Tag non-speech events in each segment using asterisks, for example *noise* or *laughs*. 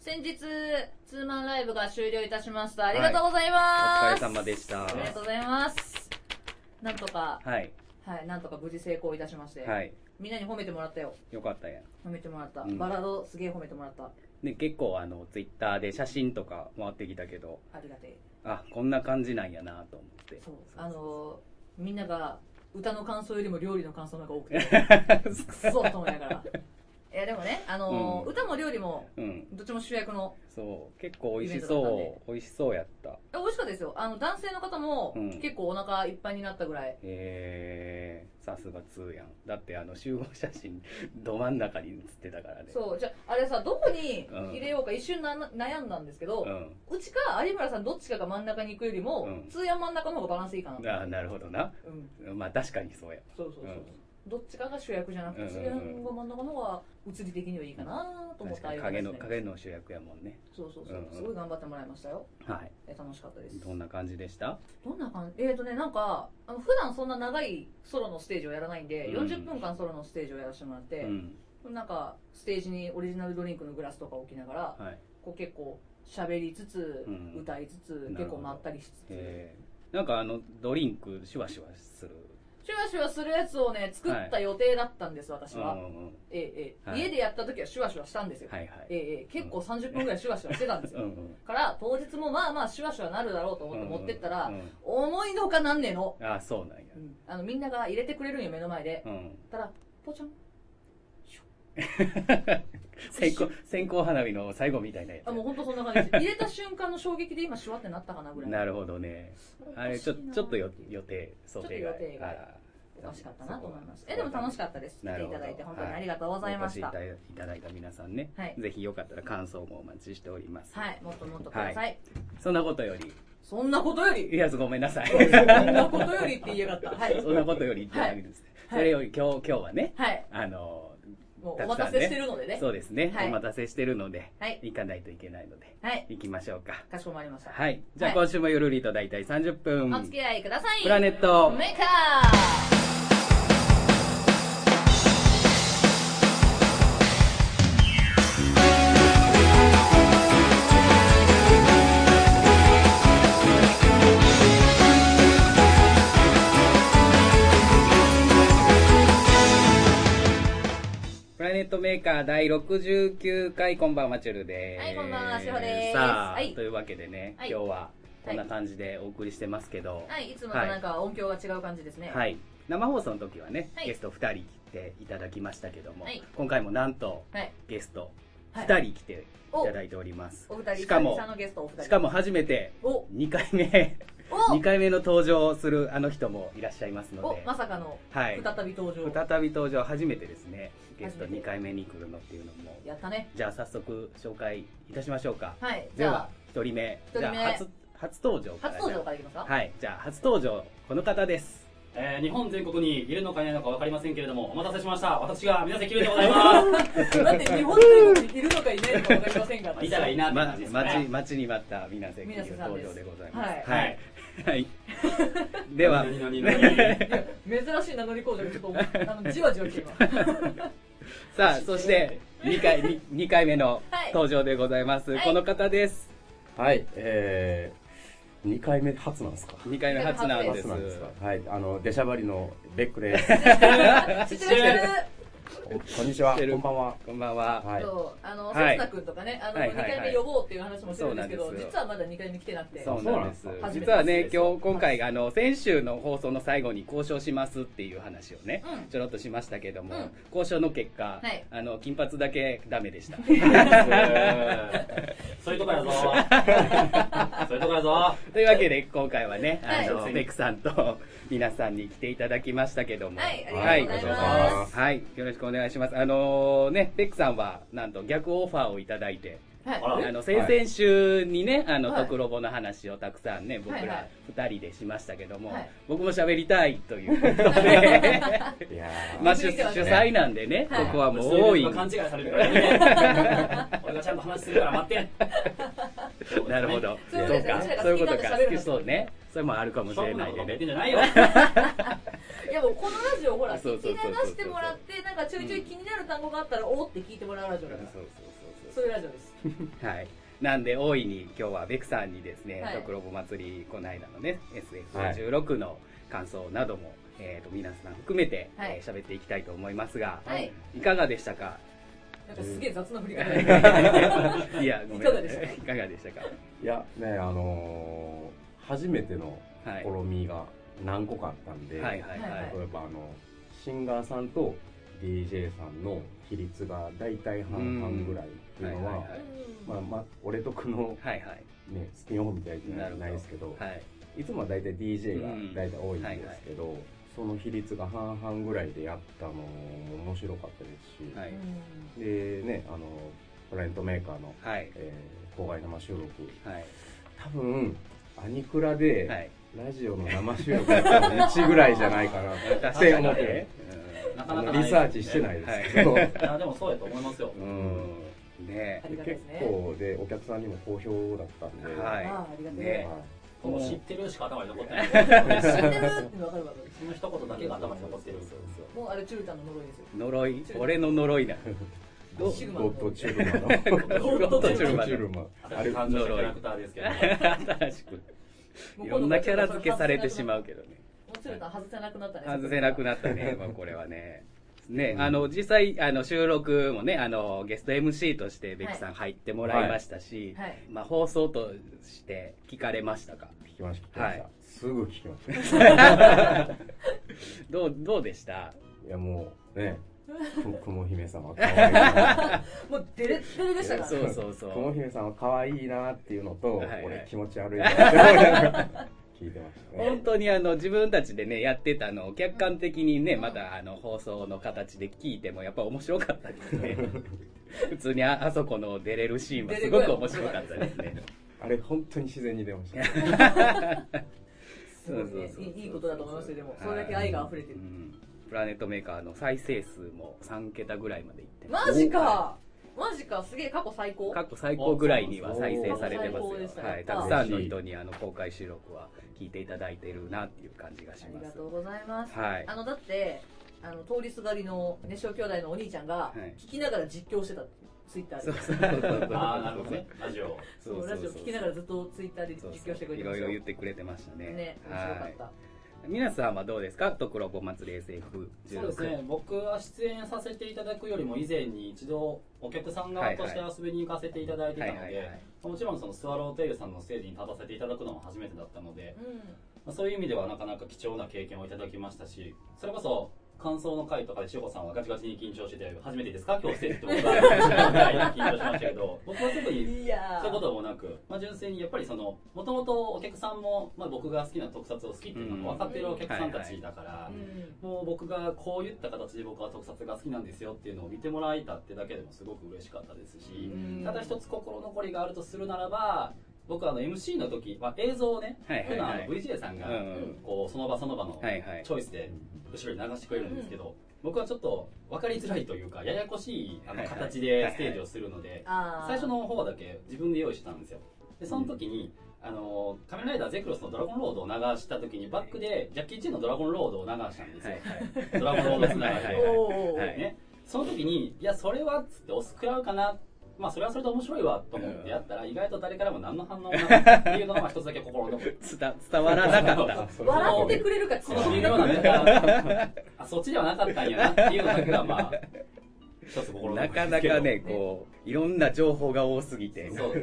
先日、ツーマンライブが終了いたしました。ありがとうございます。お疲れ様でした。ありがとうございます。なんとか、はい。はい、なんとか無事成功いたしまして、はい。みんなに褒めてもらったよ。よかったやん。褒めてもらった。うんバラードすげえ褒めてもらった。で、結構あの、ツイッターで写真とか回ってきたけど、ありがてえ。あ、こんな感じなんやなと思って。そう。あのー、みんなが歌の感想よりも料理の感想の方が多くて、 *laughs* くっそと思いながら。いや、でもね、あのーうん歌も料理も、うん。どっちも主役の、そう。結構美味しイベントだっそう。美味しそうやった。え美味しかったですよ。あの、男性の方も、うん結構お腹いっぱいになったぐらい。えー、さすが通やん。だってあの、集合写真、 *laughs* ど真ん中に写ってたからね。そう。じゃあ、あれさ、どこに入れようか一瞬な悩んだんですけど、うん。うちか有村さんどっちかが真ん中に行くよりも、うん通夜真ん中の方がバランスいいかなあなるほどな。うんまあ確かにそうや。そうそうそう、うんどっちかが主役じゃなくてうん通夜が真ん中の方が物理的にはいいかなと思っ確たかにああい影うの、感じ影の主役やもんね。そうそうそう、うんうんすごい頑張ってもらいましたよはい。え楽しかったですどんな感じでしたどんな感じえーとねなんかあの普段そんな長いソロのステージをやらないんで、うん40分間ソロのステージをやらせてもらっうて、ん。なんかステージにオリジナルドリンクのグラスとか置きながら、はい。こう結構喋りつつ、うん歌いつつなる結ほど構まったりしつつ、えー、なんかあの、ドリンク、シュワシュワする。シュワシュワするやつをね作った予定だったんです、私は、うんうんうんええええはい家でやった時はシュワシュワしたんですよ、はいはい。ええええ結構30分ぐらいシュワシュワしてたんですうんよ、うん。から当日もまあまあシュワシュワなるだろうと思って持ってったら、重いのかなんねえの,、ああそうなんやあのみんなが入れてくれるんよ目の前でうんたらポチャン線香線香花火の最後みたいなやつあもう本当そんな感じです入れた瞬間の衝撃で今シュワってなったかなぐらいなるほどねあれちょちょっとよ予定想定がちょっと予定があおかしかったなと思いますえでも楽しかったです来なてるいほどただいて本当にありがとうごございました、はいお越しいただいた皆さんね、はいぜひよかったら感想もお待ちしております、もっともっとください、そんなことよりそんなことよりいやごめんなさいそんなことよりって言いやがった。 *laughs* はい。そんなことより言ってないです、それより今日今日はねはい。あのもうお待たせしてるのでね。そうですね、はいお待たせしてるので、はい行かないといけないのではい。行きましょうかかしこまりました。はいじゃあはい今週もゆるりと大体30分、お付き合いください。プラネットメーカープラネットメーカー第69回こんばんはチュルです。はいこんばんはしほですさあ、はいというわけでね、はい今日はこんな感じでお送りしてますけど、はい。いつもとなんか音響が違う感じですね。はい生放送の時はね、はいゲスト2人来ていただきましたけども、はい今回もなんとはい。ゲストはい2人来ていただいております。お二人、しかも久々のゲストお二人。しかも初めてお、 2回目、お2回目の登場するあの人もいらっしゃいますのおで、、まさかの、はい。再び登場。再び登場初めてですね、ゲスト初めて2回目に来るのっていうのも、やったね。じゃあ早速紹介いたしましょうか。はい。じでゃはあ、一人目一人目じゃあ初初登場から初登場からいきますかはいじゃあ初登場この方ですえー日本全国にいるのかいないのか分かりませんけれども、お待たせしました。私が皆さんきれいでございます。だって日本全国にいるのかいないのかわかりませんが。いたらいいなってま感じですね。待ち待ちに待った皆瀬水瀬さん登です場でございまはすいはい、はい、 *laughs* *laughs* では何々何々いや珍しい名乗り工場がちょっと思っ、あの、じわじわ来て *laughs* 今。さあそして2回に二回目のはい登場でございます、はいこの方ですはい、えー、2回目初なんですか2回目初なんです初なんですかはい、あの、出しゃばりのベックです。知ってる知ってるこんにちは、知ってるこんばんは。こんばんは、はい。そう、あの、はいせつな君とかね、あの、はい2回はいは目い呼ぼうっていう話もしてるんですけそどうなん、ですよ実はまだ2回目来てなくて。そうなんですそうなんです実はね初めてです今日今回あの先週の放送の最後に交渉しますっていう話をね、うんちょろっとしましたけども、うん交渉の結果、はいあの金髪だけダメでしたそういうと *laughs* こやぞ。そういうとこやぞ。というわけで今回はねあの、はいペクさんと皆さんに来ていただきましたけどもはいありがとうございますはいはいよろしくお願いしますあのねペクさんはなんと逆オファーをいただいてはい。あらあの先々週にね、あのはい特ロボの話をたくさんね僕はいはらい2人でしましたけども、はい僕も喋りたいとい *laughs* うことでいやまーあ主主催なんでね、はいここはもう大い俺に勘違いされるからやめて俺がちゃんと話するから待って。 *laughs* なるほ。どそういうことですかねそういうことか喋るの好きそうねそれもあるかもしそれんななこいとで言ってんねじゃないよ。いや、もうこのラジオ、ほら、そう聞そきうそうそう流してもらって、なんかちょいちょい気になる単語があったら、おーって聞いてもらうラジオだから。そうそうそうそういうラジオです。はい。なんで、大いに今日はベクさんにですね、はいドクロボ祭り、この間のね、SF16 の感想なども、えっ、と、皆さん含めて、はいえー喋っていきたいと思いますが、はい。いかがでしたかなんかすげえ雑な振りい方。や、ごめんいかがでしたかいかがでしたかいやねあのー初めてのはい。試はみが何個かあったんで、いはいはい。はい例えばあのシンガーさんと DJ さんの比率が大体半々ぐらいっていうのは、うんはいはいはいまあまあ俺とくの、はいはい。ね、スピンオフみたいなのじゃないですけどはい。いつもは大体 DJ が大体多いんですけど、その比率が半々ぐらいでやったのも面白かったですし、はういんでねあのトライアントメーカーの、はい。えー公開生収録はい。多分アニクラで、はい。ラジオの生収録やったの1ぐらいじゃないかなって思ってるなあかなかのないリサーチしてないですけど、いやでもそうやと思いますよう。ん。ねありがたいで結すね。構でお客さんにも好評だったんで、はあいあ、ありがとうございねまこの知ってるしか頭に残ってない。す。知ってるなって分かるわけですその一言だけが頭に残ってる。もうあれ、チュルタンの呪いですよ。呪い、俺の呪いな。ゴどッドチュルマのゴッドチュルマゴッドチュルマあれ誕生したキャラクターですけど。新しく。いろんなキャラ付けされてしまう。うけどね。もうチュルタン外せなくなったね。外せなくっなったね、まあこれはね。ね、うんあの、実際、あの、収録もね、あの、ゲスト MC として、ベックさん入ってもらいましたし、はい。まあ、放送として聞かれましたか聞きました聞きました、はいすぐ聞きましたどう、どうでしたいやもうね *laughs* く雲姫様可愛いなもうデレッデレでしたからそね。うそうそう。雲姫様可愛いなっていうのと、はいはい俺気持ち悪いなって思いながら聞いてましたね本当にあの自分たちでねやってたのを客観的にねまたあの放送の形で聞いてもやっぱ面白かったです *laughs* ね普通にああそこの出れるシーンはすごく面白かったですねあれ本当に自然に出ましたすごいねそうそうそういいいいことだと思いますよ、でも。それだけ愛が溢れてうる。んプラネットメーカーの再生数も3桁ぐらいまでいってますマジかマジかすげえ過去最高過去最高ぐらいには再生されてまおー最高ですすねよ、はい、たくさんの人にあの公開収録は聞いていただいてるなっていう感じがしありまがすとうございます。はいあのだってあの通りすがりの熱唱兄弟のお兄ちゃんがはい聞きながら実況してたってツイッターそでうそうそうそうああ、なるほどね。ラジオ。そうラジオ聞きながらずっとツイッターで実そうそう況してくれいてまろしたいろ言よってくれてましたねね面白かはっいた、皆さんはどうですかとくろぼ祭り SF16 そうですね、僕は出演させていただくよりも以前に一度お客さん側として遊びに行かせていただいていたのはいはいはいでもちろんそのスワローテイルさんのステージに立たせていただくのも初めてだったので、うまあそういう意味ではなかなか貴重な経験をいただきましたしそれこそ感想の回とかでし子さんはガチガチに緊張してて初めてですか今日ステージって僕は緊張しましたけ *laughs* ど僕は特にんいやーそういうこともなく、まあ、純粋にやっぱりそのもともとお客さんも、まあ、僕が好きな特撮を好きっていうのも分かってるお客さんたちだから、うんもう僕がこういった形で僕は特撮が好きなんですよっていうのを見てもらえたってだけでもすごく嬉しかったですし、うんただ一つ心残りがあるとするならば僕あの MC の時、まあ、映像をね、はいはい普段あはのい VJ さんが、うんこうその場その場のはいはいチョイスで後ろに流してくれるんですけど、僕はちょっと分かりづらいというかややこしいあのはいはい形でステージをするので、あー最初の方だけ自分で用意してたんですよでその時に、あの仮面ライダーゼクロスのドラゴンロードを流した時にバックでジャッキー・チェンのドラゴンロードを流したんですよ、ドラゴンロードつながりはいはでいおーおーおー、はいね、その時にいやそれはっつっておすくらうかなまあそれはそれで面白いわと思ってやったら意外と誰からも何の反応もなかったっていうのがまあ一つだけ心残り伝伝わらなかった *laughs* それは笑ってくれるかツそッのコ微ミ妙がなネタあそっちではなかったんやなっていうのだけがまあ一つ心残りなですけかなかどねこういろんな情報が多すぎてそう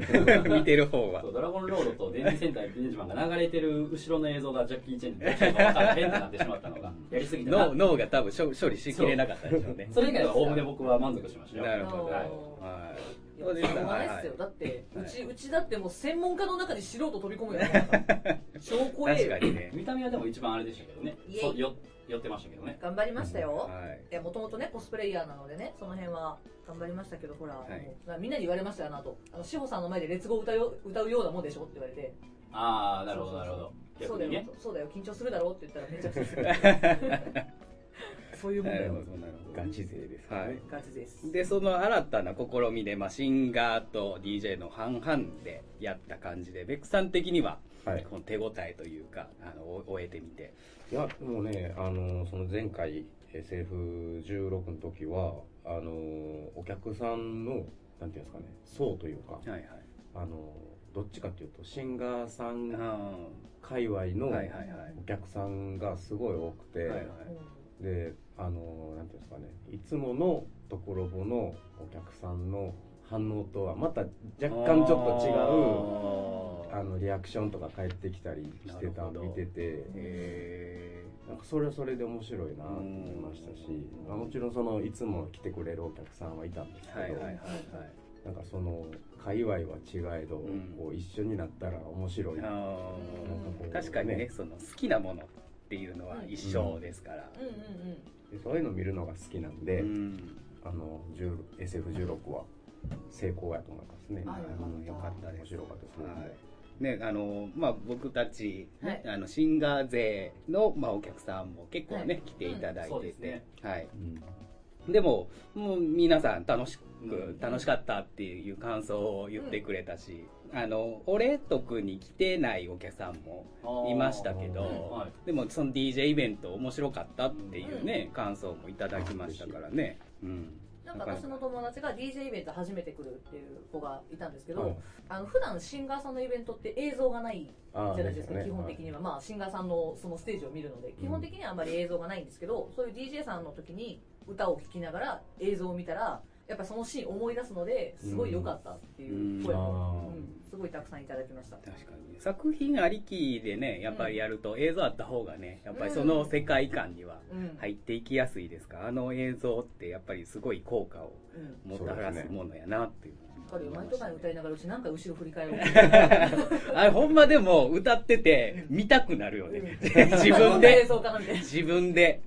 見てる方はそうドラゴンロードと電磁戦隊電磁マンが流れてる後ろの映像がジャッキー・チェンでどっちか分からへんってなってしまったのがやりすぎた *laughs* な脳脳が多分処処理しきれなかったんでしょうねそれ以外はおおむね僕は満足しましたよなるほどはいはいいやしょうがないっすよ、だって、うち、うちだってもう専門家の中に素人飛び込むよね。証拠確かえにね見た目はでも一番あれでしたけどねイエイそうよ寄ってましたけどね頑張りましたよ。はいいや、もともとね、コスプレイヤーなのでね、その辺は頑張りましたけど、ほら、いもうなみんなに言われましたよ、あの後。あの、志保さんの前で列語を歌うよ歌うようなもんでしょって言われて、ああなるほどなるほどそう逆だによ、ねそうだよ、緊張するだろうって言ったらめちゃくちゃする。そういうもんなだるよほ。どなるほどガチ勢ですねはいガチです。でその新たな試みで、まあ、シンガーと DJ の半々でやった感じでベックさん的には、はいこの手応えというかあのお終えてみていやもうねあのその前回 SF16 の時はあのお客さんのなんていうんですかね層というかいはいあのどっちかっていうとシンガーさんうん界隈のはいはいはいお客さんがすごい多くて、はいはいであのなんていうんですかねいつものところぼのお客さんの反応とはまた若干ちょっと違うああーのリアクションとか返ってきたりしてたなるほどの見ててへなんかそれはそれで面白いなと思いましたしうんまあもちろんそのいつも来てくれるお客さんはいたんですーけど、はいはいはいはいなんかその界隈は違えど、うんこう一緒になったら面白い、なんかあこうー確かにねその好きなものっていうのは一緒ですからうんうんうんでそういうの見るのが好きなんうで、んあの 10- SF16 は成功やと思いますね。あうんよかったで面す白かったですね。はいねあのまあ、僕たち、ねはあのシンガー勢の、まあ、お客さんも結構ね、はい来ていただいうんそうてですてね、はい、うんでももう皆さん楽しうくん楽しかったっていう感想を言ってくれたし、あの俺特に来てないお客さんもいましたけど、うんはいでもその DJ イベント面白かったっていうね、感想もいただきましたからね、うん、なんか私の友達が DJ イベント初めて来るっていう子がいたんですけど、はいあの普段シンガーさんのイベントって映像がないあーじゃないですか、ね基本的には、まあ、シンガーさんのそのステージを見るので基本的にはあまり映像がないんですけど、そういう DJ さんの時に歌を聴きながら映像を見たらやっぱそのシーン思い出すのですごい良かったっていう声も、うんうんすごいたくさんいただきました。確かに作品ありきでねやっぱりやると映像あった方がねやっぱりその世界観にはうん入っていきやすいですからあの映像ってやっぱりすごい効果をうんもたらすものやなっていうこれ毎回歌いながらうちなんか後ろ振り返ろうあれほんまでも歌ってて見たくなるよね自ど分んな映で像かなみたいな、自分で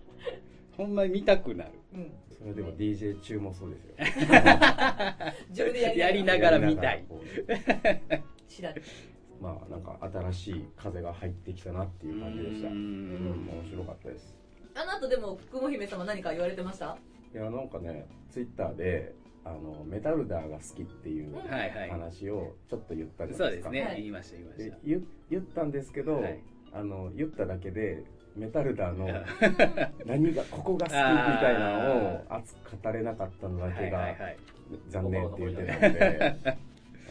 ほんま見たくなるうん、それでも DJ 中もそうです *laughs* よ。自分でやりながらやりながら見たいこう知らんまあなんか新しい風が入ってきたなっていう感じでした。ううんん面白かったです。あの後でも福も姫様何か言われてましたいやなんかね、ツイッターであのメタルダーが好きっていうはいは話をちょっと言ったいじゃそなういですすでか。ねは、い言いました言いましでた言言ったんですけど、はいあの言っただけでメタルダーの *laughs* 何がここが好きみたいなのを熱く語れなかったのだはけいはいがはい残念って言ってたので、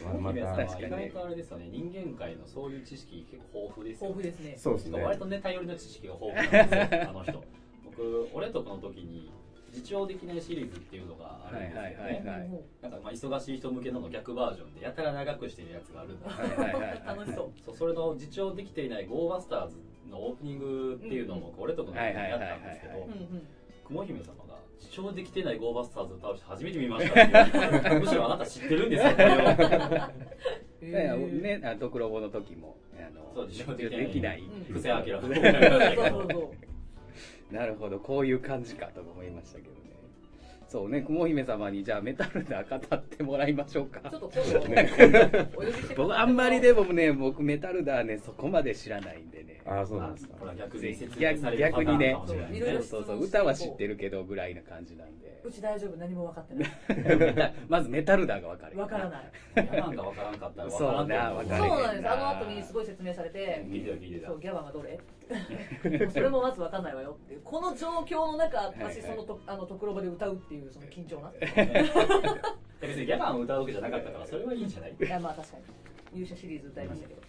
まあ *laughs* ま姫さんたは確か意にね外とあれですよね人間界のそういう知識結構豊富ですよ豊ね富ですねそうですしかねも割とネタ寄りの知識が豊富なん *laughs* ですよ、あの人。僕、俺とこの時に、自重できないシリーズっていうのがあるんですよね。はいはいもなんかまあ忙しい人向けのの逆バージョンで、やたら長くしてるやつがあるんだ。はいはいはいう *laughs* 楽しそうそうそれの自重できていないゴーバスターズのオープニングっていうのも、俺とこの時にやったんですけはいうんどう、ん雲姫様が、自重できてないゴーバスターズ歌う人初めて見ましたっていうむしろあなた知ってるんですよ、これを。えだからーね、あの、ドクロボの時も、あの、そう自分でできない。うん布施明の。そうそうそうなるほど、こういう感じかと思いましたけどね。そうね、雲姫様に、じゃあメタルダー語ってもらいましょうかちょ。っと今度お呼びしてくだ僕、さいあんまりでもね、僕メタルダーね、そこまで知らないんでね。ああそうなんですかほら逆に説明逆されるパ逆タにーンねかもしれないいでろすいねろ。そうそうそう歌は知ってるけどぐらいな感じなんでうち大丈夫何も分かってない *laughs* まずメタルダーが分かる分からないヤマンがわからんかったらわからんと思そうなわかそらうへなんんですあの後にすごい説明されて聞いてた聞いてたそうギャバンがどれもうそれもまず分かんないわよっていうこの状況の中はいはい私そのとあのとくろばで歌うっていうその緊 *laughs* 張な別にギャバンを歌うわけじゃなかったからそれはいいんじゃ *laughs* ないいやまあ確かに勇者シリーズ歌いましたけど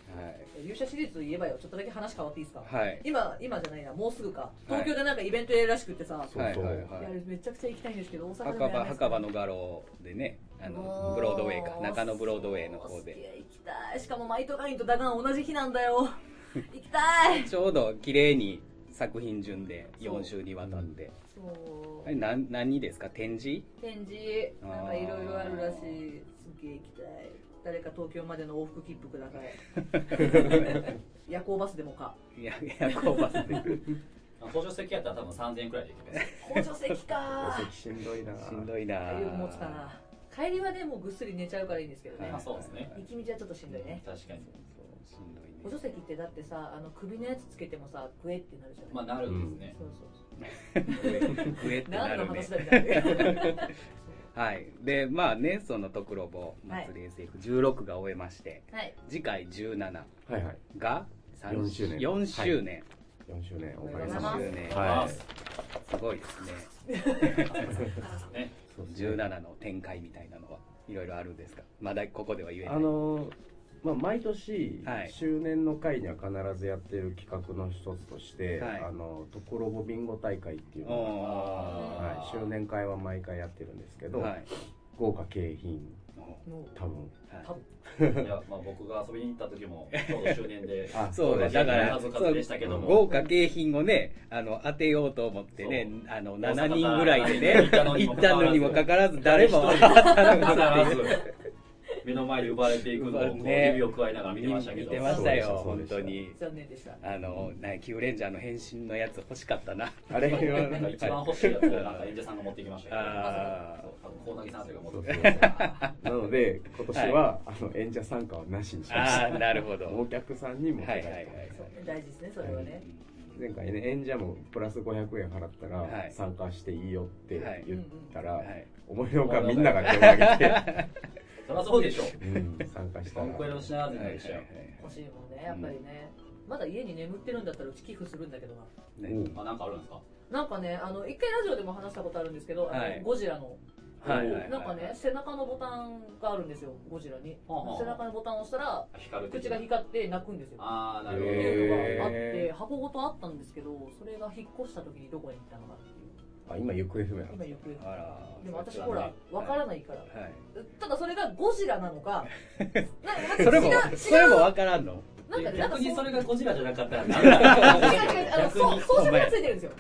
勇者シリーズといえばよちょっとだけ話変わっていいですかはいはい今今じゃないなもうすぐか東京でなんかイベントやるらしくってさ、い、そうはいそうはいやはいめちゃくちゃ行きたいんですけど大阪でもや墓らな場いです墓場の画廊でねあのブロードウェイか中野ブロードウェイの方すでげえ行きたいしかもマイトガインとダガン同じ日なんだ *laughs* よ行きたいちょうど綺麗に作品順で4週にわたってそう、あれな何ですか展示展示なんかいろいろあるらしいすげえ行きたい誰か東京までの往復切符ください夜行バスでも *laughs* かいや夜行バスで補助席やったら多分3000円くらいでいけます補助席かお席しんどいなしんどいあなあいう持つかな帰りはでもうぐっすり寝ちゃうからいいんですけどね、まあそうですね行き道はちょっとしんどいね確かにそうしんどいね補助席ってだってさあの首のやつつけてもさグエってなるじゃない、まあなるんですねそうそうそうグエってな何のるね話だみたい *laughs* なはいでまあねその「とくろぼはい祭り SF16」が終えましてはい次回17はいはいが三4周年4周年4周年おおめかでげとうさごまざいますであはすごいですねねいそうですね17の展開みたいなのはそうですいねろいろあるんですかまだここでは言えないあのーまあ、毎年、はい周年の会には必ずやってる企画の一つとして、はいあのところぼビンゴ大会っていうおのが、ーはい、周年会は毎回やってるんですけど、はい豪華景品は多分いいや、まあ、僕が遊びに行った時も、ちょうど周年で。あそうだ、だから、数々でしたけどもそう豪華景品をね、あの、当てようと思ってね、あの、大阪7人ぐらいでね、から行行っったたののににももかかからず、誰も当たらなかったっていう。目の前に奪われていくのを、こう、ね指を加えながら見てましたけ見ど。てましたよ、そう本でした当に。残念でしたあの、ね、キューレンジャーの変身のやつ欲しかったな。あれはなん *laughs* か一番欲しいやつをなんか演者さんが持ってきましたけど、あーそう多分コウナギさんとかが持そっうてそうきそうたあなので今年は、あの演者参加はなしにしましああ、なるほど。たはお客さんにもおいは願いいと、はい。そう大事ですねそれはね、前回ね演者もプラス500円払ったら、はい参加していいよって言ったら、はい思いのほかみんなが手を挙げ *laughs* て、そりゃそうでしょ。うん参加したコらンクエロしながらはいはいでしたよ。欲しいもんねやっぱりね、まだ家に眠ってるんだったらうち寄付するんだけどなねうんあ、なんかあるんですかなんかねあの一回ラジオでも話したことあるんですけど、あのはいゴジラのはいはいはいなんかね背中のボタンがあるんですよゴジラにはあはあ背中のボタンを押したら光る口が光って泣くんですよあー、なってるいうのがあっへて箱ごとあったんですけどそれが引っ越した時にどこに行ったのかあ今行方不明なん今です行方不明あら。でも私そっちほはねらわからないから、はい。ただそれがゴジラなの *laughs* かなんかそれも違う、それも違うわからんのなんかほど。ねなんか逆にそそうれがゴジラじゃなかったらなんだろう違う違うあの逆そうに。装飾がついてるんですよ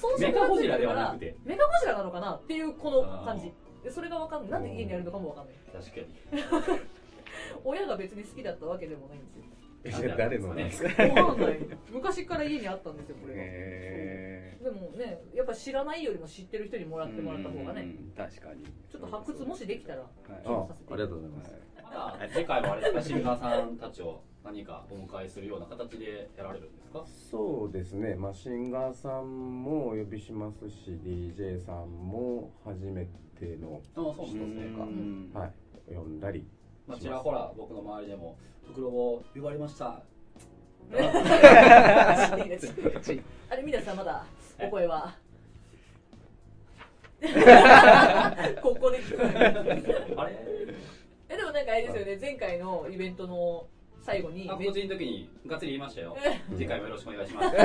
装メ飾カがゴついてジラるでかはならくて。メカゴジラなのかなっていうこの感じでそれがわかんないなんで家にあるのかもわかんない確かに。親が別に好きだったわけでもないんですよえじゃあ誰のなんですかわかんない昔から家にあったんですよこれが、へでもねやっぱ知らないよりも知ってる人にもーらってもらった方がうねん確かに。ちょっと発掘もしできたらはいあありがとうございますまだ次回はあれですか、シンガーさんたちを何かお迎えするような形でやられるんですかそうですね、まあ、シンガーさんもお呼びしますし DJ さんも初めての、あそうなんですねうんはい、呼んだりまあ、ちらほら僕の周りでも「袋を呼ばれましたあれ皆さんまだお声はここで聞こえる」あれえでもなんかあれですよね前回のイベントの最後にあめ個人の時にがっつり言いましたよ次回もよろしくお願いします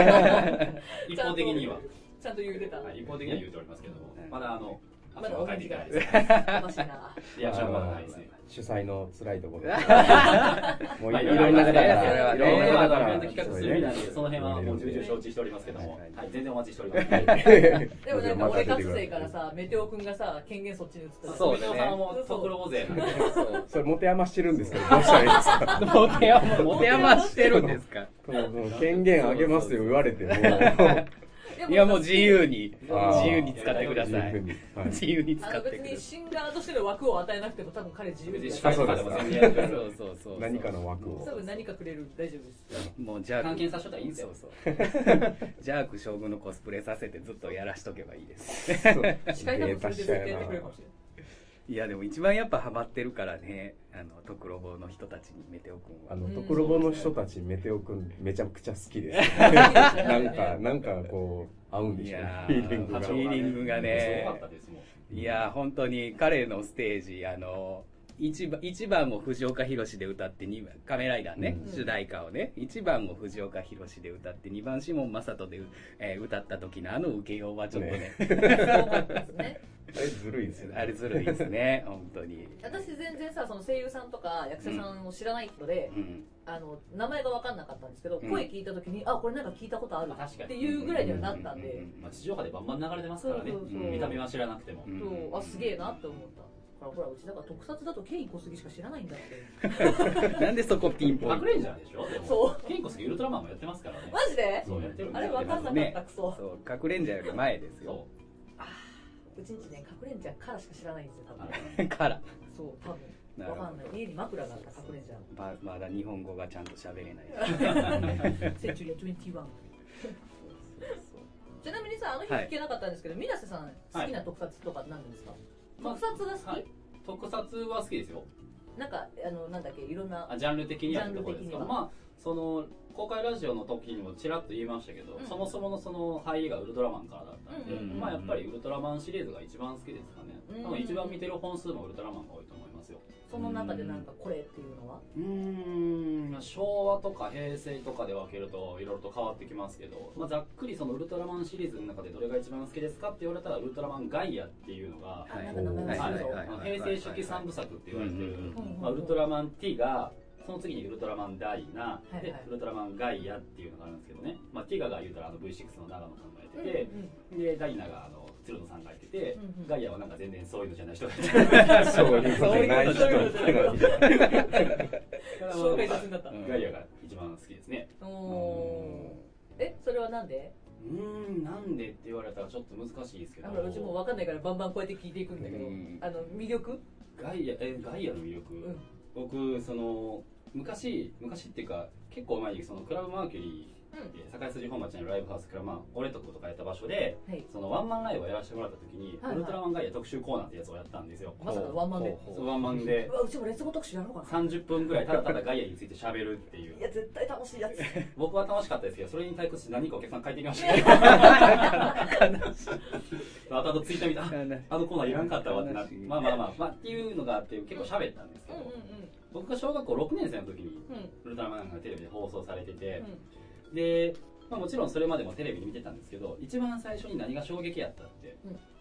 一方的には、ちゃんと言うてたはい、一方的には言うておりますけどもまだあのまだお返事がなないいでですすおかしい *laughs* なリアクションがまだないですね主催の辛いとこ *laughs* ろもうまあいろんなそ方れがはいいろろんんなな方方かがらイベント企画するみたいでその辺はもう重々承知しておりますけども、ははいい、全然お待ちしておりますでもなんか俺活生からさメテオくんがさ権限そっちに移ったらそう富野さんも袋勢なんでそうそれ持て余してるんですけどどうしたらいい *laughs* ですか持て余持て余してるんですかこのもう権限 *laughs* あげますよ言われてもでいやもう自由にあー自由に使ってくだ自さ由いにはい自由に使あのって別くにださシンガーとしての枠を与えなくても多分彼自由別にで司多会とかでも全然やるかいらそうそうそう何かの枠を分何かくれる大丈夫ですもうジャーク関係させたらいいんですそようそうジャーク将軍のコスプレさせてずっとやらしとけばいいです *laughs* 司会多分それで絶対やってくれるかもしれないいやでも一番やっぱハマってるからねあの特ロボの人たちにメテオ君あはのところぼの人たちメテオくんめちゃくちゃ好きで *laughs* すなんかなんかこう合うんでいしょうやねーフィーリングがフィーリングがねすごかったですもんいやー本当に彼のステージあの一番一番を藤岡弘で歌って二番「カメライダーね」うん主題歌をね一番を藤岡弘で歌って二番シモン・マサトで、えー歌った時のあの受けようはちょっとねそうなんですねあれずるいですよ *laughs* ねあれずるいですね本当に、私全然さその声優さんとか役者さんを知らない人で、うん、あの名前が分かんなかったんですけど、うん声聞いた時にあこれなんか聞いたことあるあ確かにっていうぐらいにはなったんで、まあ、地上波でバンバン流れてますからねそうそうそう見た目は知らなくても、うんそうあすげえなって思っただからほらうちだから特撮だとケイ小杉しか知らないん *laughs* だってなんでそこピンポイン隠トれんじゃんでしょでもそうケイコスウルトラマンもやってますからねマジでそうやってるんであすれよ分かんなかった、ねクソそう隠れんじゃより前ですよそうちんちね隠れんちゃんからしか知らないんですよ多うあ分の *laughs* からそう多分なる分ほかどんない家に枕があった隠れん *laughs* ちゃんままだ日本語がちゃんと *laughs* 喋れないセンチュリー21ちなみにさあの日はい聞けなかったんですけど、水瀬さん好きな特撮とか何なんですか、まあ特撮が好き、はい特撮は好きですよなんかあのなんだっけいろんなあジャンル的にはってことでジすャかンル的にはまあその公開ラジオの時にもちらっと言いましたけど、うんそもそものその入りがウルトラマンからだったんで、うんうんうんまあやっぱりウルトラマンシリーズが一番好きですかね、うん多分一番見てる本数もウルトラマンが多いと思いまですよその中でなんかこれっていうのはうーん昭和とか平成とかで分けるといろいろと変わってきますけど、まあ、ざっくりそのウルトラマンシリーズの中でどれが一番好きですかって言われたらウルトラマンガイアっていうのが、あなんか名前がは聞いいたぞはいはい平成初期三部作って言われてる、うんうんうんまあ、ウルトラマン T がその次にウルトラマンダイナで、はいはいウルトラマンガイアっていうのがあるんですけどね、まあ、ティガが言うたらあの V6 の長野さんがうやんっうんてて、でダイナがあの鶴野さんがやってて、うんうんガイアはなんか全然そういうのじゃない人がいて *laughs* そういうことない人ってのは紹介雑になった、ガイアが一番好きですねおーえそれはなんでうーんなんでって言われたらちょっと難しいですけあどのうちも分かんないからバンバンこうやって聞いていくんだけど、うんあの魅力、ガイアえガイアの魅力、うん僕その昔昔っていうか結構前にそのクラブマーキュリーって堺筋本町のライブハウスからまあ俺とことかやった場所ではい、そのワンマンライブをやらせてもらった時に、はいはいウルトラマンガイア特集コーナーってやつをやったんですよ、まさかのワンマンでほうそほううワンマンでうわうちもレッツゴー特集やろうかな30分ぐらいただただガイアについて喋るっていういや絶対楽しいやつ僕は楽しかったですけどそれに対抗して何かお客さん帰ってきま *laughs* したねあとあとツイッター見たああのコーナーいらんかったわってなって悲しいまあまあまあ、まあ、っていうのがあって結構喋ったんですけうんど、うん僕が小学校6年生の時にうんウルトラマンがテレビで放送されててう、んで、まあ、もちろんそれまでもテレビで見てたんですけど一番最初に何が衝撃やったって、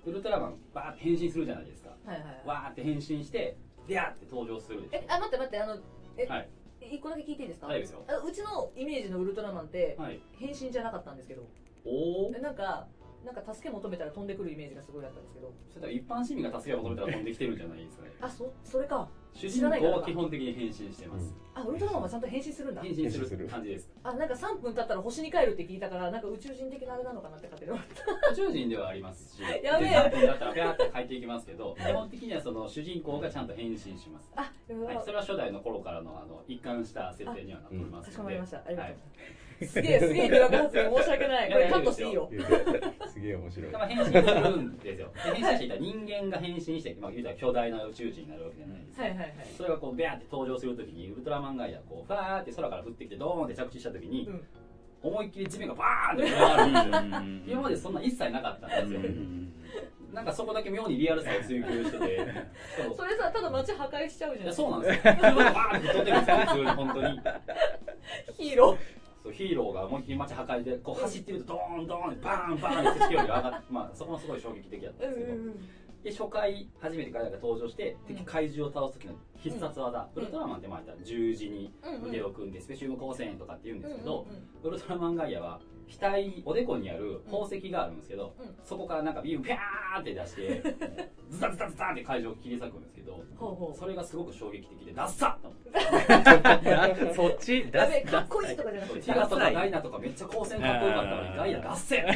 ウルトラマンバーって変身するじゃないですかはいはいはいわーって変身してでやって登場するでしえあ待って待ってあのえ、はい一個だけ聞いていいですか、はいですよあうちのイメージのウルトラマンってょはい変身じゃなかったんですけどおおえなんかなんか助け求めたら飛んでくるイメージがすごいあったんですけどそれでは一般市民が助けを求めたら飛んできてるんじゃないですかねあそそれか主人公は基本的に変身してます、あウルトラマンはちゃんと変身するんだ変身する感じですあなんか3分経ったら星に帰るって聞いたからなんか宇宙人的なあれなのかなって勝手に思って宇宙人ではありますし *laughs* やべえ3分だったらペアって帰っていきますけど基本的にはその主人公がちゃんと変身しますあでも、はい、そかれは初代の頃からのあの一貫した設定にはなっておりますので。しこまりましたありがとうござはいます、すげえすげえ疑惑発言申し訳ないこれカットしていいよすげえ面白いい。だから変身するんで *laughs* すよ。で変身していたら人間が変身して、まあ、言うたら巨大な宇宙人になるわけじゃないですか。はいはいはいそれがこう、ベアって登場するときに、ウルトラマンガイアがこう、ファーって空から降ってきて、ドーンって着地したときに、うん思いっきり地面がバーンって上がるん *laughs* ですよ。今までそんな一切なかったんですよ。なんかそこだけ妙にリアルさを追求してて、 *laughs* そうそれさただ街破壊しちゃうじゃいなやいそうなんですよ。自分がバーンって飛んでくるんですよ、普通に本当に。ヒーロそうヒーローが思いっきり街破壊でこう走ってるとドーンドーンバーンバーンって勢いが上がって、まあ、そこもすごい衝撃的だったーんですけど、んで初回初めてガイアが登場してうん敵怪獣を倒す時の必殺技、うんウルトラマンってまあ言ったら十字にうんうん腕を組んでスペシウム光線とかって言うんですけど、うんうんうんウルトラマンガイアは額おでこにある宝石があるんですけど、うんそこからなんかビームピャーって出してズタズタズタって怪獣を切り裂くんですけどほうほうそれがすごく衝撃的でダッサッと思ってそっちやだべえかっこいいとかじゃなくテてィガとかダイナとかめっちゃ光線かっこよかったのにガイア脱線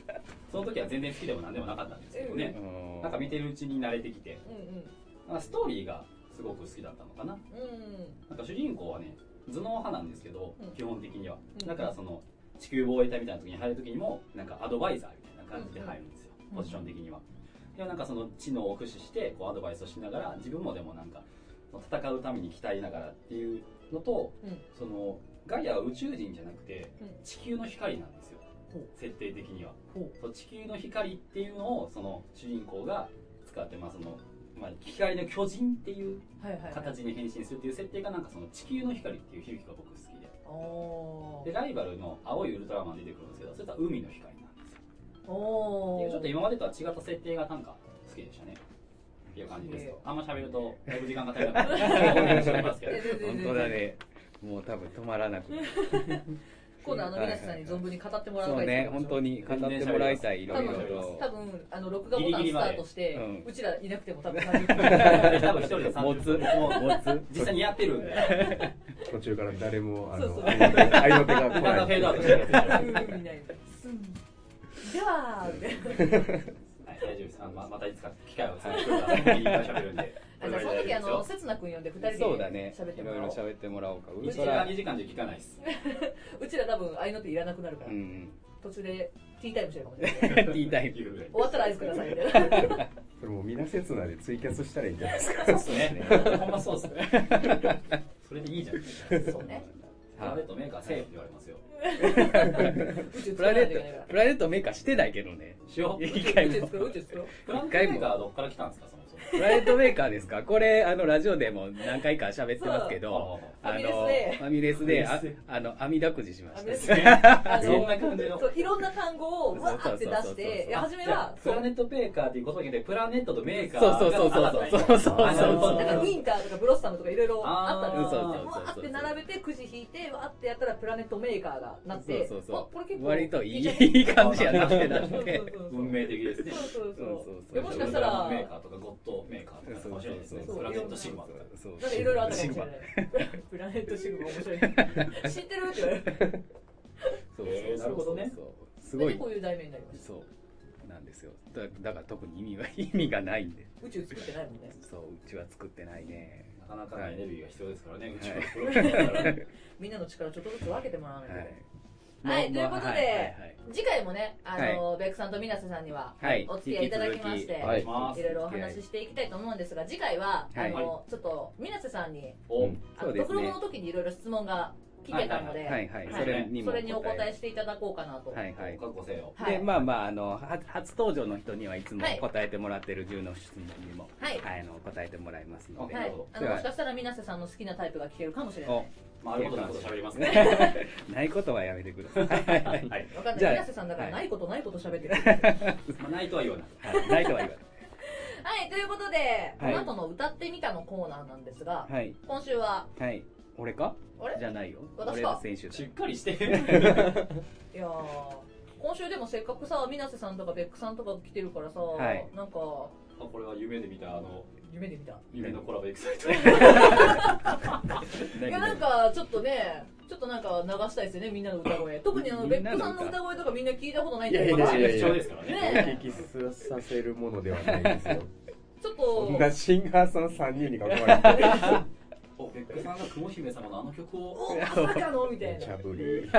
*laughs* その時は全然好きでも何でもなかったんですけどね、なんか見てるうちに慣れてきてうんなんかストーリーがすごく好きだったのかなうんうんなんか主人公はね頭脳派なんですけど、うん基本的にはうんだからその地球防衛隊みたいな時に入る時にもなんかアドバイザーみたいな感じで入るんでうすよ、んポジション的にはでもなんかその知能を駆使してこうアドバイスをしながら自分もでもなんか戦うために鍛えながらっていうのとうんそのガイアは宇宙人じゃなくてうん地球の光なんですよほう設定的にはほそう地球の光っていうのをその主人公が使ってますその、まあ、光の巨人っていううはいはいはい形に変身するっていう設定がなんかその地球の光っていう響きが僕好きでおでライバルの青いウルトラマン出てくるんですけどそれとは海の光なんですよーおっていうちょっとー今までとは違った設定がなんか好きでしたねっていう感じですあんま喋るとだいぶ時間が足りなくなってお *laughs* 願いしますけどえ全然全本然当だねもう多分止まらなくなる今度あの皆さんに存分に語ってもらうそう回ね作りましょ本当に語ってもらいたいいろ多いろ分と多分あの録画ボタンスタートしてギリギリまでうんうちらいなくても多分30分多分一人で30持つ分 *laughs* もう持つ実際にやってるんで途中から誰もあそうそのう愛の手が愛の手がだんだんフェードアウトしてるやつ *laughs* うーんいないすんではみたいなはい、大丈夫です。あままたいつか機会を作ってください。いっぱい喋るんで。あじゃあその時あのせつな君呼んで二人でそうだね喋っていもろいらおろう喋ってもらおうかウ1ル時ト間ラ2時間じゃ聞かな *laughs* いです。うちら多分ああいうのっていらなくなるかうらん途中でティータイムしてるかもしれないティータイム昼ぐらい終わったらアイスくださいみたいなそれもう皆切なでツイキャスしたらいいんじ *laughs* ゃないですかそうっすね。ほんまそうっすね。それでいいじゃん。そうね。プラネットメーカーセーフって言われますよ。宇宙プ作らラなネいといけないッからトプラネットメーカーしてないけどねしよう。一宇回宙も作ろう宇宙作ろうプラネットメーカーはどっから来たんですか、そもそも。プラネットメーカーですかこれ、あの、ラジオでも何回か喋ってますけど、そうあの、フファミレスで、ファあミレスであの、網だくじしまあしれでた。すねあそんのな感じのそういろんな単語をわーって出そうしそうそうそうそうていや初めはプそうラネットペーカーっていう言葉にでプラネットとメーカーそうそうそうそうそうそうあそうなそんうかイうンターとかブロッサムとかいろいろあったんですあーようんわそうそーうそうそうって並べてくじ引いてわーってやったらプラネットメーカーがなってそうそうそうあこれ結構割といい聞いい感じやなってなっそうて。そうそう運命的ですねそうそうそうそうそそううでもしかしたらメーカーとかゴッドメーカーとかかもしれないですねそうそうそうプラネットシグマとかそうなんかいろいろあったかもしれない。 *laughs* プラネットシグマ面白い。 *laughs* 知ってるって言われる。そうへーなるほどねそうすごでいこういう題名になりました。そうなんですよだだから特に意味は意味がないんで宇宙作ってないもんね。そううちは作ってないねなかなかのエネルギーが必要ですからね宇宙はプロジェクトだからみんなの力をちょっとずつ分けてもらわないと。まあはいということでまあはいはい次回もね、あの、ベックさんと皆瀬さんにははいお付き合いいただきまして、引き続きいはいますろいろお話ししていきたいと思うんですが、次回は、はいあの、ちょっと、水瀬さんに、おあその、うでドすクねロボの時にいろいろ質問が来てたので、はいはいはいそれにもそれにお答えしていただこうかなと。はいはい覚悟せよはいでまあまああのは初登場の人にはいつもはい答えてもらってる10の質問にも、はいあの答えてもらいますので、はいあその、れはもしかしたら水瀬さんの好きなタイプが聞けるかもしれない。おまああることのこと喋りますねねないことはやめてください、はい *laughs* はいはいわかんじなゃい。あ水瀬さんだから、はないいことないこと喋ってる。まあないとは言わないないとは言わはい、ということで、はいこの後の歌ってみたのコーナーなんですが、ないはい今週は、はい俺かあれじゃないよ私俺かが選手だしっかりしていやー、今週でもせっかくさ、水瀬さんとかベックさんとか来てるからさ、はいなんか、あこれは夢で見たあの夢で見た。夢のコラボエクサイトいや、なんか、ちょっとね、ちょっとなんか流したいですよね、みんなの歌声。特にあの、ベみんッなクの歌さんの歌声とかみんな聞いたことないんだいけやいど、やいや貴重ですからねおね聞きさせるものではないですよ。ちょっことん、なシンガーさん3人に囲まれて、おベックさんが雲姫様のあの曲をお、まさかのみたいめな。いちゃぶり。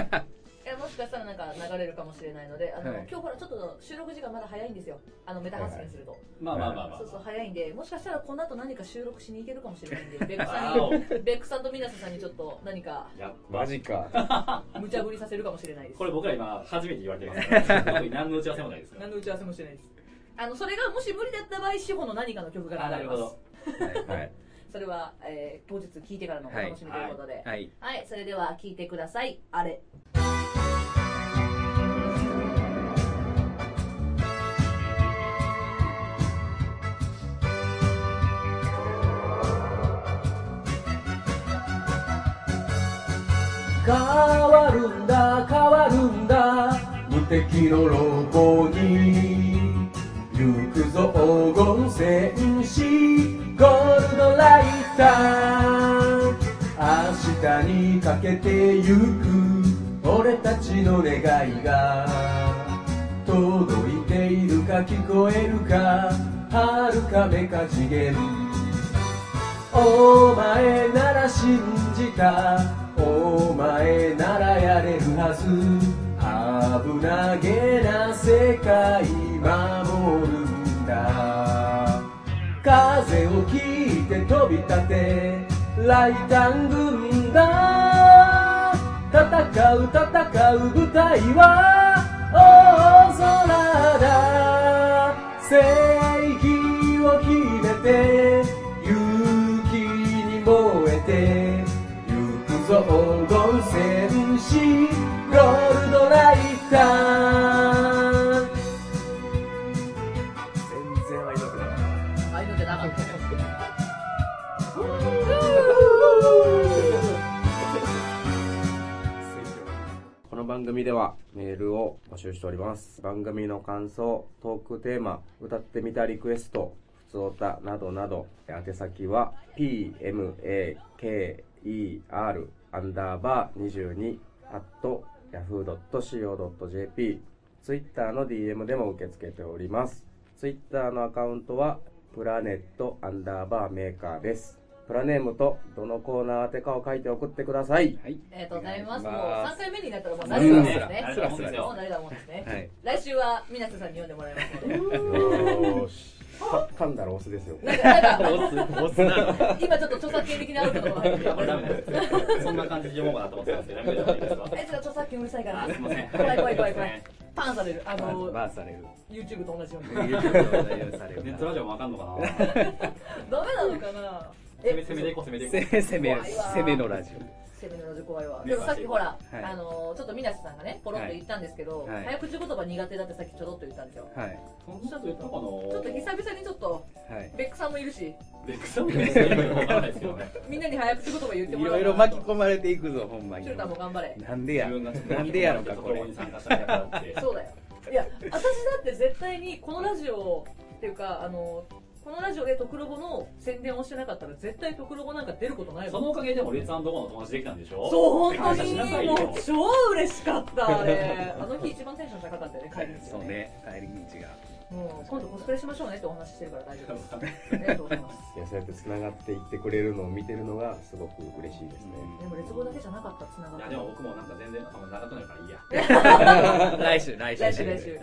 や、もしかしたらなんか流れるかもしれないので、あの、はい今日ほら、ちょっと収録時間まだ早いんですよ。あの、メタ発言すると。まあまあまあまあそうそう早いんでもしかしたらこの後何か収録しに行けるかもしれないんでベックさんわにおベックさんと水瀬さんにちょっと何かやっマジか。無茶ぶりさせるかもしれないですこれ僕ら今初めて言われてますから特に何の打ち合わせもないですから何の打ち合わせもしてないですあのそれがもし無理だった場合志保の何かの曲があ流なれるまほすどはい。それは、えー当日聴いてからのお楽しみということではい、はいそれでは聴いてくださいあれ変わるんだ変わるんだ無敵のロボに行くぞ黄金戦士ゴールドライター明日にかけてゆく俺たちの願いが届いているか聞こえるかはるかめか次元お前なら信じたお前ならやれるはず危なげな世界守るんだ風を切って飛び立てライタン軍だ戦う戦う舞台は大空だ正義を決めて勇気に燃えて行くぞ黄金戦士ゴールドライター全然合いのくないああいうのじゃなかったこの番組ではメールを募集しております。番組の感想、トークテーマ、歌ってみたリクエスト、普通歌などなど、宛先は pmaker アンダーバー22 at yahoo.co.jp ツイッターの DM でも受け付けております。ツイッターのアカウントはプラネットアンダーバーメーカーです。プラネームとどのコーナー宛てかを書いて送ってください。はいありがとうございますおもう願いし3回目になったらもうす慣れたもんですすらねすらすらもう慣れたもんですね、はい来週は水瀬さんに読んでもらいますのでよーし。 *laughs* か噛んだらオスですよ。なんかなんか押すなの今ちょっと著作権的なアウトの入ってきたこれダメですそんな感じで読もうかなと思ってたんですけどやめてもらっていいですかえ、ちょっと著作権うるさいから。あすいません怖い怖い怖い怖い。パンされる。あバーの、バーされる YouTube と同じように。 YouTube とされるネなットラジオもわかんのかなダメなのかな攻め攻めでいこう攻めでいこうせ攻め怖いわ攻めのラジセブンのラジオ怖いわ。ねでもさっきほら、はいあのちょっとみなしさんがね、ポロッと言ったんですけど、はい早口言葉苦手だってさっきちょろっと言ったんですよ。オはいそんなこと言ったかなちちょっと久々にちょっと、はいベックさんもいるし、ベックさんもねそういうのわかんないですけどねみんなに早口言葉言っていもらおろういかろな巻とき込まれていくぞほんまにシュルターも頑張れ。なんでや自分がなんでやろかこれに参加したいからってそうだよ。いや、私だって絶対にこのラジオっていうか、あのこのラジオでトクロボの宣伝をしてなかったら絶対トクロボなんか出ることないもそん。のおかげでもレッツゴーの友達できたんでしょそう、本当感謝しなさに、いよもう超嬉しかった、あ *laughs* れ。あの日一番テンション高かったよね、帰りですそようね。ね帰り道がもう今度コスプレしましょうねってお話ししてるから大丈夫です。ありがとうございます。いやそうやってつながっていってくれるのを見てるのがすごく嬉しいですね、 *laughs* でも劣望だけじゃなかったつながいりやでも僕もなんか全然なんかもう長くなるからいいや来週来来週週来週来週は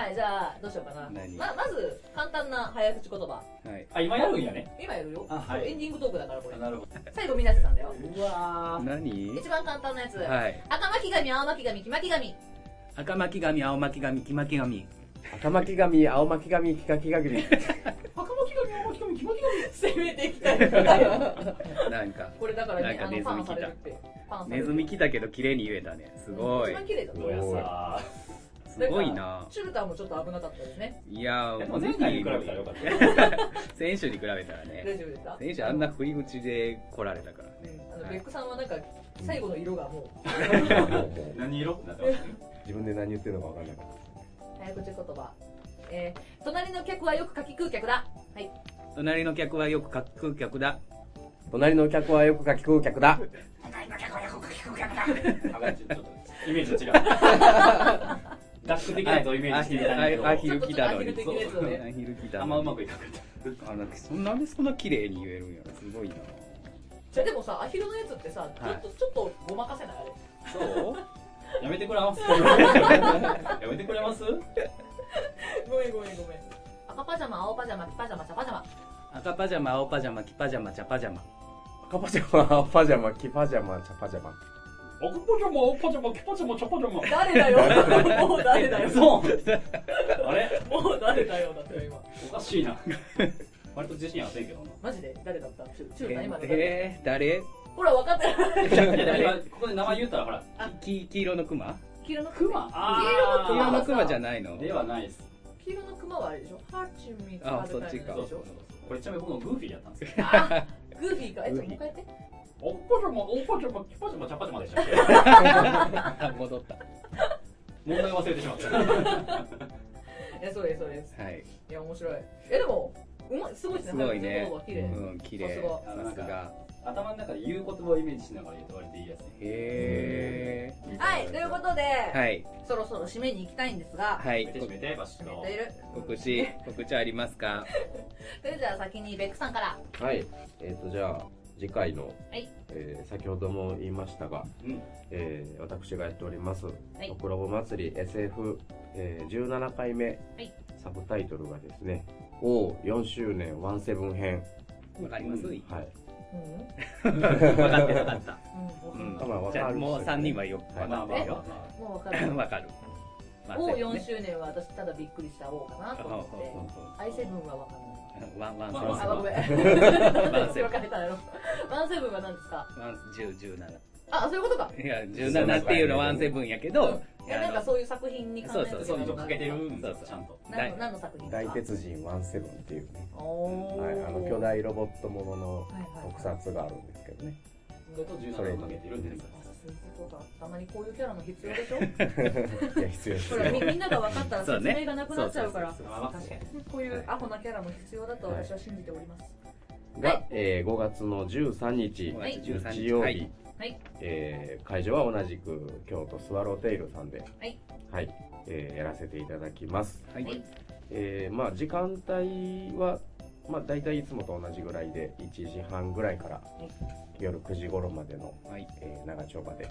はいじゃあどうしようかな何ままず簡単な早口言葉いはいあ今やるんやね今やるよあはいエンディングトークだからこれなるほど最後みなせさんだようわ何一番簡単なやつ、はい赤巻紙青巻紙黄巻紙赤巻紙青巻紙黄巻紙赤巻紙青巻紙黄巻紙赤巻紙青巻紙黄巻攻めていきたい *laughs* なんかこれだからねなんかあのパンネズミ来たされるってパンされネるズミ来たけど綺麗に言えたねすごい一番綺麗だ紙どうやさすごいなシュルターもちょっと危なかったですねいやでも前回に比べたらよかったよ選手に比べたら大ね丈夫でした選手あんな不意打ちで来られたからうんねあのはベいックさんはなんか最後の色がもう何色ってなってましたね自分で何言ってるのか分からなかった早口言葉えー、隣の客はよくかき食う客だはい隣の客はよく架空客だ隣の客はよくかき食う客あだがちょっとイメージと違うダック的なやつをイメージしてみたんアだヒけル来たのちょっとアヒル的なにやつをねアヒル来たのにどあんまうまくいかなかったあなんかそんなんでそんな綺麗に言えるんやろすごいなじゃあでもさアヒルのやつってさ、はいちょっとちょっとごまかせないあれそうやめてくれますやめてくれますごめんごめんごめん。赤パジャマ、青パジャマ、黄パジャマ、茶パジャマ。赤パジャマ青パジャマ黄パジャマ茶パジャマ赤パジャマ青パジャマ黄パジャマ茶パジャマ赤パジャマ、青パジャマ、黄パジャマ、茶パジ *laughs* ャマ。誰だよ。 *laughs* もう誰だよ。そう。あれもう誰だよだったよ今。おかしいな。割と自信あってんけどな。マジで誰だった？ちゅちゅうたん今の誰だ。えー、誰ほら分かってる。いやでも今ここで名前言ったらほら、き黄色のクマ黄色のクマ。あー黄色ののクマじゃないのではないです。黄色のクマはあれでしょ。ハチミツあ食べたいそっちかのでしょ。これちなみに僕のグーフィーやったんですよ。あ、グーフィーか。えちょっともう一回やって。おっぱじゃま、おっぱじゃま、きぱじゃま、ちゃぱじゃまでしたっけ戻った問題忘れてしまった。いやそうですそうです。はいいや面白い。えでもうまいすごいですすね。ごいね早口言葉がうん綺麗さすがさすが頭の中で言う言葉をイメージしながら言うと割といいやつね。へ綺麗。はいということで、えはいそろそろ締めに行きたいんですが。はめていしめて、バシッ締とめてい。る。告知告知ありますかそれじゃあ先にベックさんから。はいえー、とじゃあ次回の、いえー先ほども言いましたが、うんえー私がやっておりますい「とくろぼ祭り SF17、えー17回目」いサブタイトルがですね「O4 周年ワンセブン編わかります、うん」はいうん。うん分かってなかった、僕うんまあわかるじゃあもう三人はよくま分あかってるまあまあよ、まあ。もう分かる。分かる、まあそうや O4 ね周年は私ただびっくりした O かなと思ってあ i7 は分かんないワンワンまワあまンあごめんワンセ私ブン分かれたやろワンセブンは何ですかワン十十七あそういうことかいや十七っていうのはワンセブンやけど、いやなんかそういう作品に関連そうそうす一る応かけてるんそうそでうす、ちゃんと。何の何の作品で「す大か鉄人ワンセブン」っていうね、おーはい、あの巨はい大ロボットもののはいはい特撮があるんですけどね *laughs* それと17をかけてるんです。そういうことかたまにこういうキャラも必要 *laughs* でしょいや必要ですほらみねみんなが分かったらそう説ね明がなくなっちゃうからそうそうそうまあまあ確かに。こういうアホなキャラも必要だと私は信じておりますが、えー5月の13日、はい日曜日、はいはいえー会場は同じく京都スワローテイルさんで、はいはいえーやらせていただきます、はいはいえーまあ、時間帯は、まあ、大体いつもと同じぐらいで1時半ぐらいから、い夜9時頃までの、はいえー長丁場で、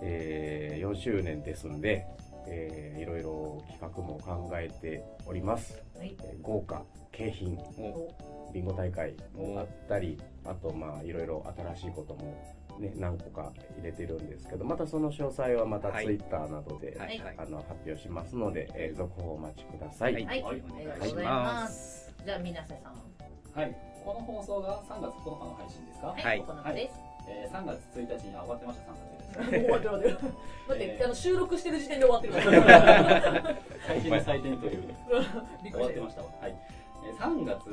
いえ4周年ですんで、えーいろいろ企画も考えております、はいえー豪華景品おビンゴ大会もあったり、あとまあいろいろ新しいこともね、何個か入れてるんですけど、またその詳細はまたはいツイッターなどで、はいははいいあの発表しますので、えー続報をお待ちください。はいはい、あはいりがとうございます。じゃあ、みなせさん。はい。この放送が3月9日の配信ですか、は、はいい行うです。えー、?3 月1日には終わってました、3月1も日。う *laughs* 待って待って待って、あの収録してる時点で終わってるから。最近の採点という。びっくりし終わっててるま。したわ。はい。えー3月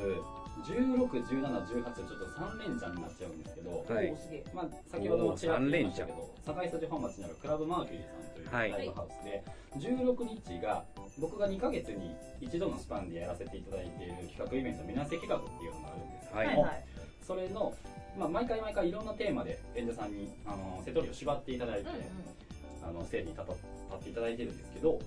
16、17、18とちょっと3連チャンになっちゃうんですけど、たはいおーすげえ。まあ、先ほどもちらっと言いましたけおど、堺筋本町にあるクラブマーキュリーさんというはいライブハウスで、16日が僕が2ヶ月に一度のスパンでやらせていただいている企画イベント、みなせ企画っていうのがあるんですけど、はいはいはい。それの、まあ、毎回毎回いろんなテーマで演者さんにあの瀬戸りを縛っていただいて、うあのステージに立た立っていただいてるんですけど、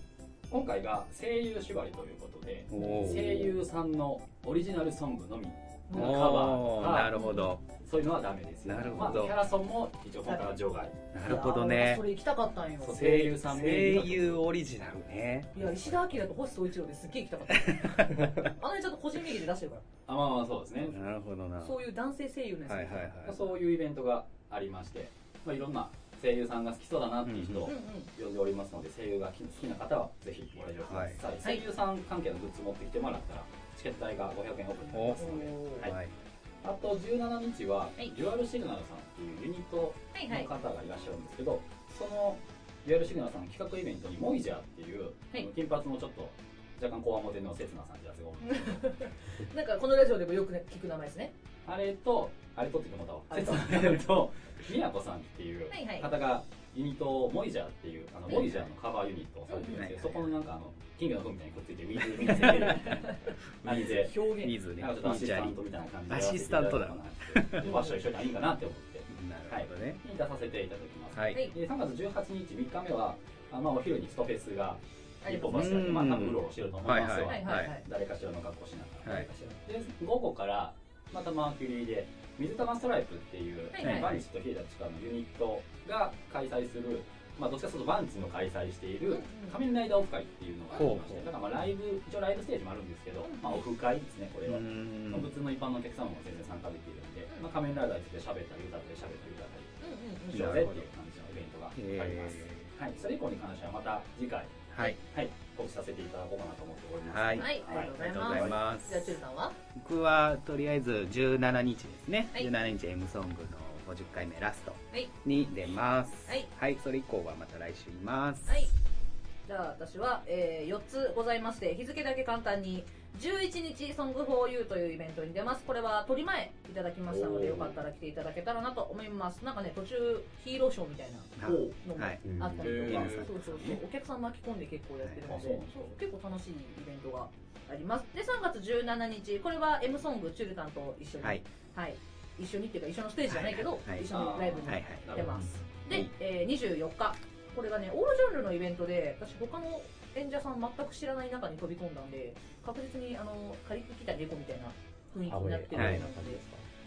今回が声優縛りということで、おー声優さんのオリジナルソングのみんうんカうん。バーおとかなるほどそういうのはダメですよなるほどまあ、キャラソンも一応今回は除外なるほどねそれ行きたかったんよ。そうい声優さん名義声だと優オリジナルねや、石田明と星総一郎ですっげえ行きたか *laughs* った。あのちゃんと個人名義で出してるかあまあまあそうですね、なるほどなら。そういう男性声優のやつ。はいはいはいそういうイベントがありまして、まあ、いろんな声優さんが好きそうだなっていう人うをんうん。呼んでおりますので、声優が好きな方はぜひご来場ください、はい声優さん関係のグッズ持ってきてもらったらチケット代が500円オープンになりますのでおーはいはいあと17日は、はいデュアルシグナルさんっていうユニットはいはのい。方がいらっしゃるんですけど、そのデュアルシグナルさんの企画イベントにモイジャーっていう、はい金髪のちょっと若干コアモデルの刹那さんってやつがおるんですけどなんかこのラジオでもよくね聞く名前ですね。あれと、あれとって言ってもあられったとわ。えっと、みやこさんっていうはいはい方が、ユニットをモイジャーっていう、あの、はいモイジャーのカバーユニットをされてるんですけど、そはいはこいのなんかあの、金魚の糞みたいにくっついて、ウィーズみたいな感じで、表現。水ねなんかちょっとアシスタントみたいな感じでやらせていただこうかなって。ファッション一緒がいいかな *laughs* って思って、なるほどね出させていただきます。はいはい。で3月18日、3日目は、あまあ、お昼にストフェスがあり一がとうご本ざい走ってあって、まあ、うん多分うろうろしてると思いまます。すよははいいはいはい。誰かしらの格好しながら。はいで午後からまたマーキュリーで水玉ストライプっていう、はいはいはいバンチとヒーダチカのユニットが開催する、まあ、どっちかというとバンチの開催していうんうるん仮面ライダーオフ会っていうのがありましほうほてうだからまあライブ一応ライブステージもあるんですけど、まあ、オフ会ですねこれは、まあ普通の一般のお客様も全然参加できるんで、まあ、仮面ライダーについて喋ったり歌ったり喋ったり歌ったうんり以うん上でっていう感じのイベントがあります、えはい、それ以降に関してはまた次回はいはい告知させていただこうかなと思っておりますはうん。はい、ありがとうございありがとうございま。ますすじゃあ、チュルさんは僕はとりあえず17日ですね、はい17日 M ソングの50回目ラストはいに出ますはい、それ以降はまた来週いますはい。じゃあ私は、えー4つございまして、日付だけ簡単に、11日、ソング for you というイベントに出ます。これは取り前いただきましたので、おーよかったら来ていただけたらなと思います。なんかね、途中ヒーローショーみたいなはいのもはいあったりへとか、ーそうそうそう、お客さん巻き込んで結構やってるので、はいあそそうう結構楽しいイベントがあります。で、3月17日、これは M ソング、チュルタンと一緒に、はいはい一緒にっていうか、一緒のステージじゃないけど、はい一緒のライブにはいはい出ます。はでい、えー24日、これがね、オールジャンルのイベントで、私、他の演者さん全く知らない中に飛び込んだんで、確実にあの借りてきた猫みたいな雰囲気になってると思うので、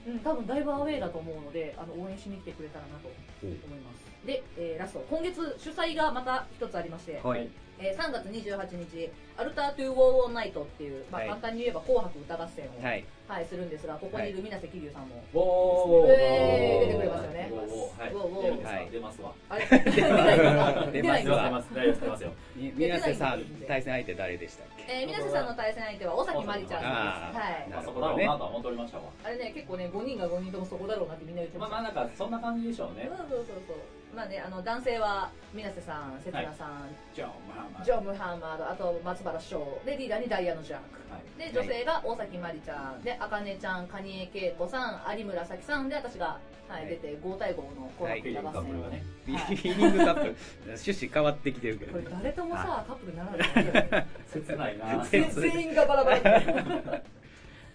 うん、多分だいぶアウェーだと思うので、あの応援しに来てくれたらなと思います。で、えーラスト、今月、主催がまた一つありまして、はいえー3月28日、アルター・トゥ・ウォー・オン・ナイトっていう、まあ、はい簡単に言えば紅白歌合戦を、はいはいするんですが、ここにいる水瀬桐生さんも、おーえー出てくれますよねおーおーはいおーおー出るんですかはい出ますわあれ出ないの出出なまいす出のわます出ます大丈夫です出ますよみ水瀬さん対戦相手誰でしたっけえー、皆さんの対戦相手は尾崎まりちゃんです。あーはい。まなあるそほどこだろうねなとは思っておりましたわあれね、結構ね、5人が5人ともそこだろうなってみんな言ってまましあまた。あなんかそんな感じでしょうねそうそうそうそう。まあね、あの、男性は、水瀬さん、せつなさん、じゃあまあまあジョムハンマード、あと松原翔、で、リーダーにダイヤのジャック。はいで、女性が大崎まりちゃん、で、あかねちゃん、蟹江恵子さん、有村咲さんで、私が、は、はいい出て、5対5のコラはいボ歌合カップ戦ルをがね。フ *laughs* ィーリングカップ趣旨変わってきてるけこどれ誰ともさ、カップルにならないからね切ないな切全全員がバラバラ。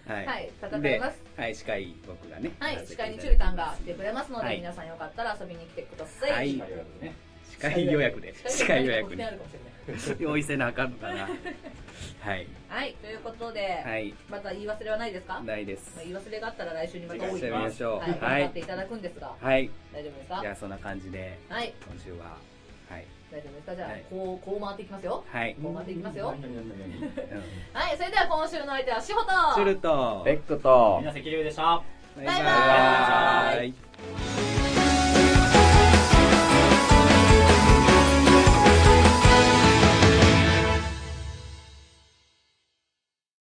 ははい、戦いでます。、はい、司会僕がねはいや、ら司せてただ会にいてチュルタンが来てくれますので、はい皆さんよかったら遊びに来てください。はいありがとうね司会予約で司会予約にあるかもしれない用意せなあかんのか *laughs* なはいはい、ということで、はいまた言い忘れはないですか、まないですあ、言い忘れがあったら来週にまた多いしゃべりましょうはい、頑は張っいていただくんですが、はい大丈夫ですかじゃあそんな感じではい、今週ははい大丈夫ですかじゃあ、はいこうこう回っていきますよはい。こう回っていきますよ何々何々何々 *laughs* はいそれでは今週の相手はしほとすると、レックと皆さん、キリュウでした。ババイバイイ。